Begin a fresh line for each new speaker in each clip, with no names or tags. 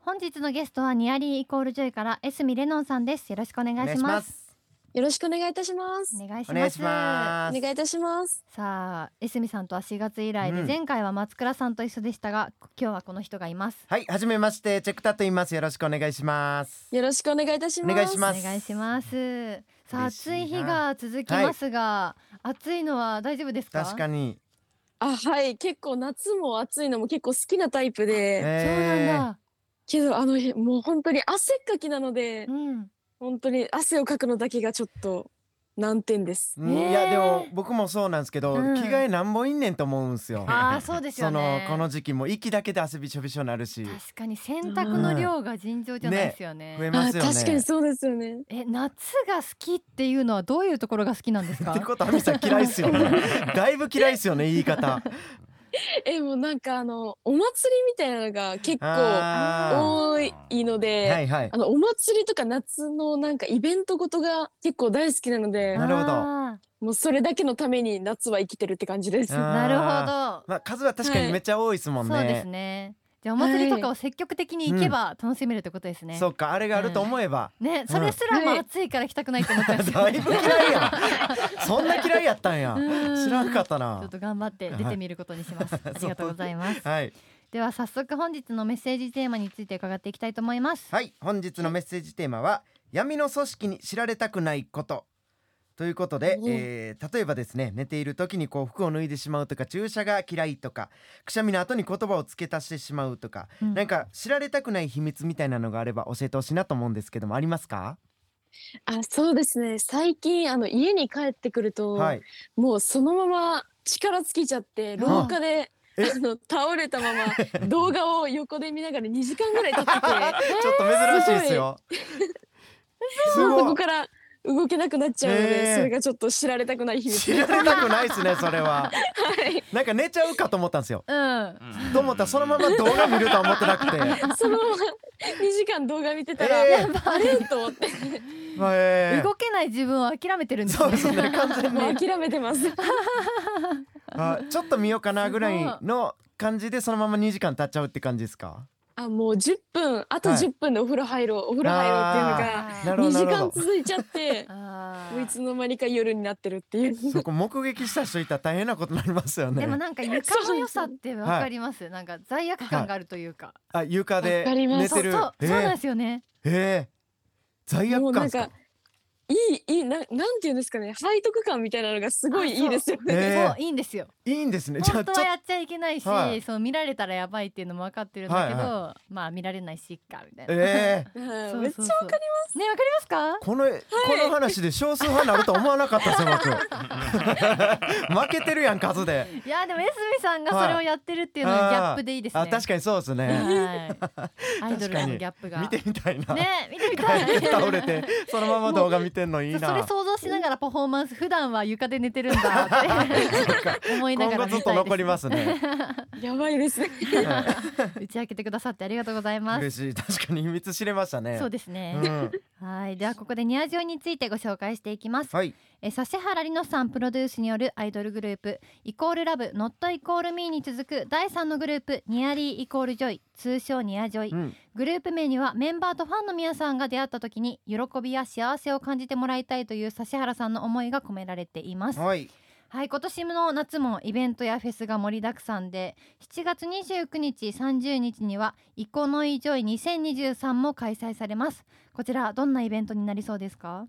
本日のゲストはニアリーイコールジョイからエスミレノンさんですよろしくお願いします
す。
よろしくお願いいたします。
お願いし
お
ま
願い
す
します。
お願いいたします。
さあエスミさんとは4月以来で、
うん
前回は松倉さんと一緒でしたが今日はこの人がいます
はい、はじめまして、チェクタと言います。よろしくお願いします。
よろしくお願いいたします。
お願いしま
お
す
願いしますさあ
嬉し
暑
いない
日が続きますが、暑いのは大丈夫ですか
確かに。
あ、はい、結構夏も暑いのも結構好きなタイプで、
そう
え
な
ー
んだ、
けどあの日もう本当に汗っかきなの で、
うん
本当に汗をかくのだけがちょっと難点です。
うん
ねえ
いやでも僕もそうなんですけど、
うん
着替えなんぼいんねんと思うんすよ。
ああそうですよ
その
ね
この時期も息だけで汗びしょびしょになるし
確かに洗濯の量が尋常じゃないですよね,、
増えますよね。
あ、確かにそうですよね。
え夏が好きっていうのはどういうところが好きなんですか
ってことはみさん嫌いっすよね。 だいぶ嫌いっすよね言い方。
え、もうなんかあのお祭りみたいなのが結構
あ
多いの
ー
で、
はいはい
あ。のお祭りとか夏のなんかイベントごとが結構大好きなので、
なるほど
あ
もうそれだけのために夏は生きてるって感じです。
あ
ー
ー
なるほ
まあ数は確かにめっちゃ多いっすも
ど、
ん
そうです
ね。
ねじゃあお祭りとかを積極的に行けば楽しめるってことですね、
そうかあれがあると思えば。
ねそれすら
は
も
い
暑いから行きたくないって思っちゃいますよ
だ
ね
いぶ嫌いやん。そんな嫌いやったんや。
うん
知らんかった
ちょ
な
っ。と頑張って出てみることにし ます。ありがとうございます。
はい
では早速本日のメッセージテーマについて伺っていきたいと思います。
はい本日のメッセージテーマは闇の組織に知られたくないことということで
お、お
えー例えばですね寝ている時にこう服を脱いでしまうとか注射が嫌いとかくしゃみの後に言葉を付け足してしまうとか、
うん
なんか知られたくない秘密みたいなのがあれば教えてほしいなと思うんですけどもありますか、
あそうですね最近あの家に帰ってくると、
はい
もうそのまま力尽きちゃっ
はあ
て廊下であ
え
の倒れた まま動画を横で見ながら2時間ぐらい経ってて
ちょっと珍しいですよ。 す
もうそ
ご
こ
い
から動けなくなっちゃうので、
へえ
それがちょっと知られたくない 秘密
知
です。
られたくないですねそれ は。
はい
なんか寝ちゃうかと思ったんですよ。
うん。
と思ったらそのまま動画見るとは思ってな くて。
そのまま2時間動画見てたら、
ええ
あれと思って
まあえー
動けない自分を諦めてるんです
そう
ね。
ですね完全に
もう諦めてます。
あちょっと見ようかなぐらいの感じでそのまま2時間経っちゃうって感じですか
あもう10分あと
はい
10分でお風呂入ろう、お風呂入ろうっていうのが
あー
なるほ
2
ど
時
なる
間
ほど
続いちゃ って
あ
もういつ
ー
の間にか夜になってるっていう。
そこ目撃した人いたら大変なことになりますよ
でも
ね
なんか床の良さってわかります。なんか罪悪感があるというか。
あ床で
わかります
寝
そ
て
う
る
そう
え
そうなん
ー
ですよね。
えー罪
もう
悪感
なん
です
か
か
いいいいななんていうんですかね背徳感みたいなのがすごいいいですよね。
えー
そういいんですよ。
いいんですねじゃあ
本当
ちょっ
は
と
やっちゃいけないし、
はい
そう見られたらやばいっていうのも分かってるんだけど、
はい
まあ見られないしいっかみたいな。
えー
はい
そう
めっち
そ
ゃ
うそう
わかり
ねわかりますか？
この、この話で少数派になると思わなかったですよ 僕負けてるやん数で、
いやでもエスミさんがそれをややってるっていうの
は
が
い
ギャップでいいですね。
あ確かにそうですね
はい。アイドル
確か
の
に
ギャップが。
見てみたいな、
ね見てみたい。
倒れてそのまま動画見てんのいい
それ
な
想像しながらパフォーマンス普段は床で寝てるんだ って思いな
今
がら
後
見
ず
た
っ
い
と残
で
りますね
ます。やばいですね。
す打ち明けてくださってありがとうございます
嬉しい確かに秘密知れましたね
そうですね、
うん
はいではここでニアジオについてご紹介していきます
はい
えー指原莉乃さんプロデュースによるアイドルグループイコールラブノットイコールミーに続く第3のグループニアリーイコールジョイ通称ニアジョイ
うん
グループ名にはメンバーとファンの皆さんが出会った時に喜びや幸せを感じてもらいたいという指原さんの思いが込められています
はい
はい今年の夏もイベントやフェスが盛りだくさんで7月29日30日にはイコノイジョイ2023も開催されますこちらどんなイベントになりそうですか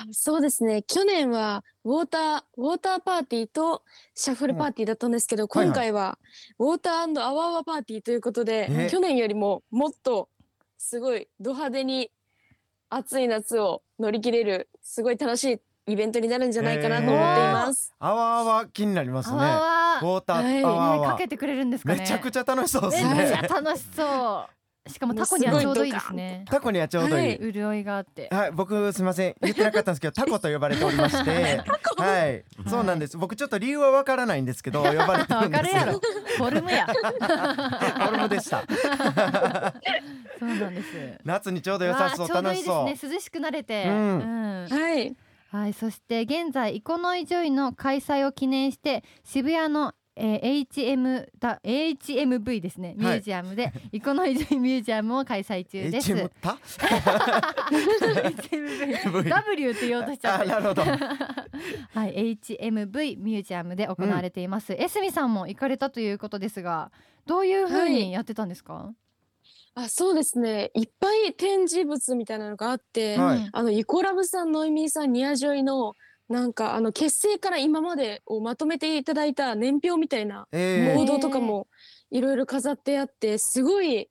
あ そうですね去年はウォーターウォーターパーティーとシャッフルパーティーだったんですけど、
はいはい
今回はウォーターアワーワーパーティーということで、
え
去年よりももっとすごいド派手に暑い夏を乗り切れるすごい楽しいイベントになるんじゃないかなと思っています。
あわあわ気になります
あ
ね
わあ
ウォータ
は
ー
い
あわ
わ、
あ
ね、か
わ
けてくれるんですかね
めちゃくちゃ楽しそうです
めっちゃ
ね
楽しそうしかもタコにはちょうどいいですね
タコにはちょうどいい
は
潤いがあ って
はい僕すみません言ってなかったんですけどタコと呼ばれており ましてはいそうなんです僕ちょっと理由はわからないんですけ ど呼ばれてる
わ
ん
か
で
る
す
やろフォルムや
これもでした
そうなんです
夏にちょうど良さそ
わあ
う
ちょうど
楽
い
し
いです
そ
ね
う
涼しくなれて、
う
う
ん
ん
はい
はい、そして現在イコノイジョイの開催を記念して渋谷のえー HM だ HMV ですねミュージアムで、イコノイジョイミュージアムを開催中です
HM た
HMV W って言おうとしちゃっ
あ
た
なるほ ど
はい、HMV ミュージアムで行われています。エスミさんも行かれたということですが、どういうふうにやってたんですか？
あそうですねいっぱい展示物みたいなのがあって、
はい
うん
あのイコラブさんノイミーさんニアジョイのなんかあの結成から今までをまとめていただいた年表みたいな
も
え
ボ
う
ー
ードとかもいろいろ飾ってあってすごい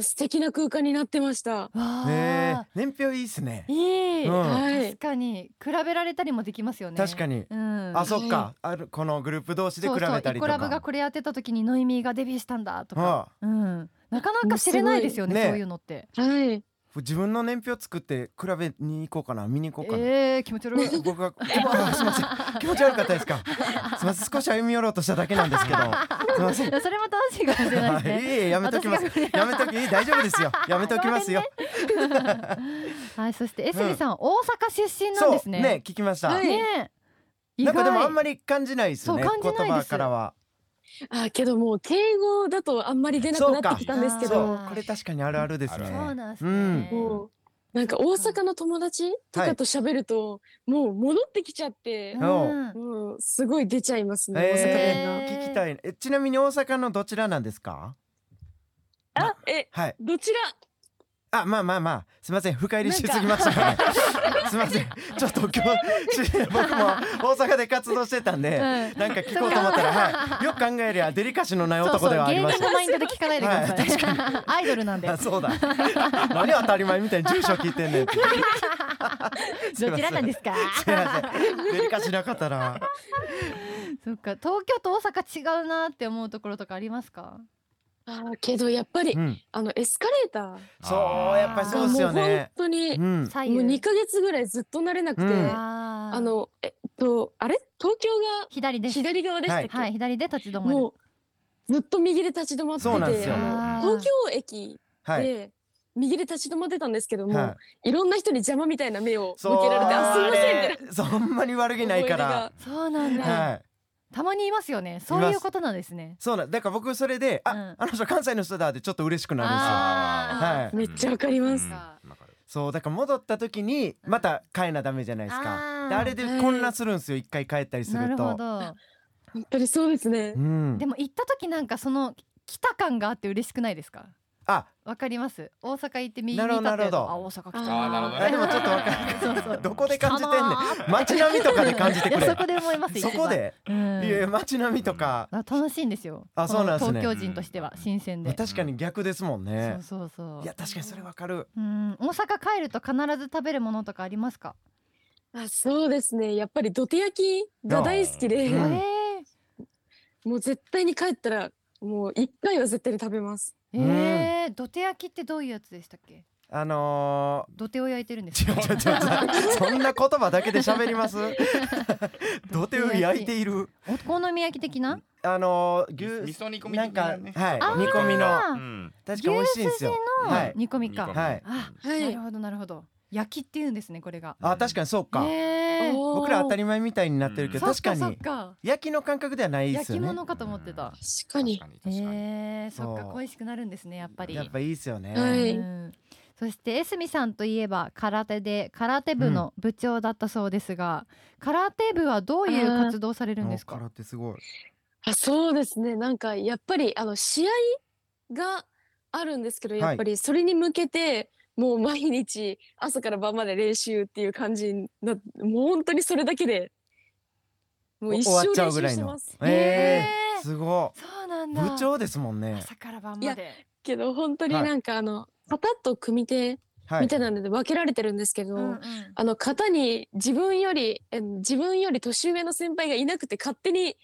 素敵な空間になってました。
わ
え
あ
ー、、年表いいっすね
いい、
うん
はい
確かに比べられたりもできますよね。
確かに
うん。
あそっかあるこのグループ同士で比
そう
べ
そう
たり
イ
と
コラブ
か
がこれやってた時にノイミーがデビューしたんだとか、
は
う
あ
ん。なかなか知れないですよね
すごいね
そういうのって。
はい、
自分の年表作って比べに行こうかな見に行こうかな、
えー、気持ち悪い。
僕があすいませ ん気持ち悪かったですかすいません少し歩み寄ろうとしただけなんです けどすいません
いやそれも楽しいかもしれない です
はい
ね。
いえいえやめときます
私が
やめときいい大丈夫ですよやめときますよ、
はい、そしてエスミさん、大阪出身なん
そ
で
う
すね。
ね聞きました、
はい
ねえ。
なんかでもあん
ま
まり感じないですね
そう感じないです
言葉からは
あけどもう敬語だとあんまり出なくなってきたんですけ
そ
ど
う
そうこれ確かにあるあるです
ある
ね
あ
そうなんです
うん
ね。
もうなんか大阪の友達とかと喋ると、もう戻ってきちゃって、
ん
もうすごい出ちゃいますね、
えー
大阪弁が。
えー
聞きたいえちなみに大阪のどちらなんですか
あえ
はい
どちら
あまあまあまあすいません深入りしすぎましたね すいませんちょっと今日 し僕も大阪で活動してたんで、
うん
なんか聞こうと思ったら、はい、よく考えりゃデリカシーのない
そう
男
そう
ではあり
芸
まし
人
た
のマインドで聞かないでくだ
はい
さ い。アイドルなんで。
あそうだ何当たり前みたいに住所聞いてんねんって
どちらなんですか。
すいませんデリカシーなかったな
そっか、東京と大阪違うなって思うところとかありますか。
あーけどやっぱり、
うん
あのエスカレータ
そうやっぱり
ー
そうで
がも
す
う
よ
本
ね
当に、
うん
左
もう2ヶ月ぐらいずっと慣れなくて、
うん
あ
あ
の、
のえっとあれ東京
左
が
です。
左側でしたっけ、
はい、左で立ち止まる。
もうずっと右で立ち止まってて
そうなんですよ
あの
あー
東京駅
はい、
で右で立ち止まってたんですけども、、
はい
ろんな人に邪魔みたいな目を
い、
向けられて「あすいません」みたいな
せんそんまに悪気ないから、
そうなんだ、
はい、
たまにいますよね。そういうことなんですね。
そうなんだから僕それであ、
うん
あの人関西の人だってちょっと嬉しくなるんですよ
あ
は
思い出がめっちゃわかります。
うんわかる
そうだから戻った時にまた帰んなダメじゃないです
あー
かであれで混乱するんですよ一回帰ったりす
な
る
るほ
と
ど。
本当にそうですね
う。ん
でも行った時なんかその来た感があって嬉しくないですか。
あ
わかります。大阪行って右に
なる
立
ほ
っ
ど
てると
なるほど
あ大阪来た
あーなるほど
ー
ね
でもちょっとわか
そうそう
どこで感じてん
来
ねん街並みとかで感じて
たなー
く
いやそ
れ
こで思います。
そこで、
一番。うん
いやいや街並みとか、
あ楽しいんですよ。
あそうなんです
この
ね
東京人としては新鮮で。
確かに逆ですもんね
そうそうそう。
いや確かにそれわかる
うん大阪帰ると必ず食べるものとかありますか。
あそうですねやっぱり土手焼きが大好きで、
うん
え
もう絶対に帰ったらもう一回は絶対に食べます。
え
うん
えー、土手焼きってどういうやつでしたっけ。
あの
土手を焼いてるんです
ー、違
か。
う違う違う違うそんな言葉だけで喋ります 土手を焼いている
お好み焼き的な。
あのー、
味
牛
噌煮込み
なん
的
か、
なね
はい
あー
煮込みの
あ
うん
確かに美味しいんですよは
の
い
煮込みか。
煮込み
はい
あなるほ
は
どなるほど。焼きって言うんですねこれが。
あ確かにそうか、
えー、
僕ら当た
り
り前みたいになってるけど、
そっ
確か
そっ
に
か
焼きの感覚ではないで
焼
す
き
よね
物かと思ってた。
確かに
確か
え
に確かに
えー、そっか
そう
恋しくなるんですねやっぱり。
やっぱいいですよね、
は
う
い
んそしてエスミさんといえば空手で空手部の部長だったそうですが、空手部はどういう活動をされるんです
お
か
空手すごい
あそうですねなんかやっぱりあの試合があるんですけど
はい
やっぱりそれに向けて、もう毎日朝から晩まで練習っていう感じなもう本当にそれだけでもう一
お終
生
わっちゃう
練
ぐ
習
らい
して
の
ます。
え
え
ー、すご
そうなん
い
だ
部長ですもんね
朝から晩まで
けど本当に
はい
なんかあの型と組手
は
みたい
い
なので分けられてるんですけど、
うんうん
あの型に自分よりえー自分より年上の先輩がいなくて勝手に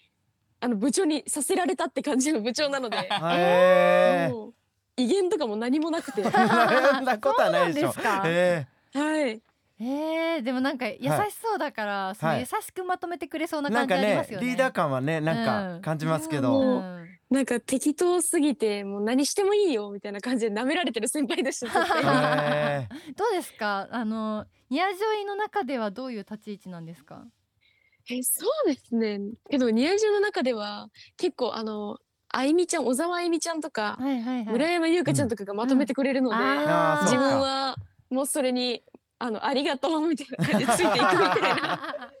あの部長にさせられたって感じの部長 なので
え
もう威厳とかも何もな くて
ー、 悩んだことはないでしょ
そうなんですか
え
はい
えー、でもなんか優しそうだから、その優しくまとめてくれそうな
ー、
感
なん
じ
か
ありま
ね
すよね。
リーダー感はね
う
な
んん
か感じますけ
いや
ど、
も
うん
なんか適当すぎてもう何してもいいよみたいな感じで舐められてる先輩でしたずっと
え
どうですかあのニアジョイの中ではどういう立ち位置なんですか
えそうですねけどニア中の中では結構あのあゆみちゃん小沢あゆみちゃんとか、
はいはいはい。
村山優香ちゃんとかがまとめてくれるので、
あー
自
そう
分
か
はもうそれにあのありがとうみたいな感じでついていくみたい な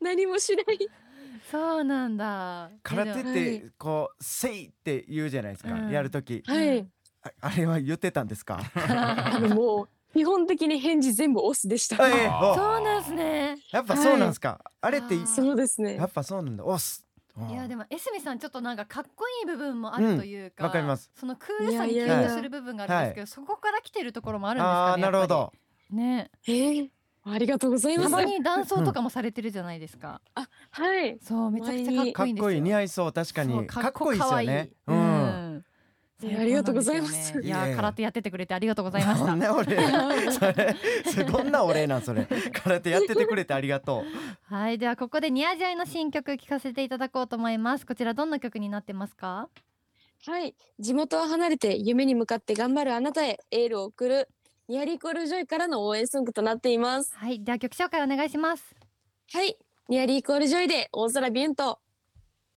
何もしない
そうなんだ。
空手っ
け
てこう「せい」って言うじゃないですか、
うん
やる時
ど
はい、
ああれは言ってたんで すか
あのもう基本的に返事全部オスでした、
はい
うんそうなんですね。
やっぱそうなんですか、あれって
あー
そうですね
やっぱそうなんだおっすあー
いやでもエスミさんちょっとなんかかっこいい部分もあるというか、
うんわかります
そのクールさに
い
キ
や
いや
ュンとする部分があるんですけど、そこから来てるところもあるんですか
あー
ね。
なるほど
ど。ね、
えーありがとうございま
た
す
まに男装とかもされてるじゃないですか。
はい
そうめちゃくちゃかっこ
かっ
いいんですよ。
こいい似合いそう確か
そ
に
う
かっこいいですよね
かっこ
うん
可愛
いやありがとうございます
そうなんでよねい
いえい
や
え
空手やっててくれてありがとうございまし
そ
た
ん。なお礼それそれどんなお礼な んそれ空手やっててくれてありがと
はいではここでニアジャイの新曲聞かせていただこうと思います。こちらどんな曲になってますか？
はい地元を離れて夢に向かって頑張るあなたへエールを送るニアリコールジョイからの応援ソングとなっています
はいでは曲紹介お願いします。
はいニアリーコールジョイで大空ビュンと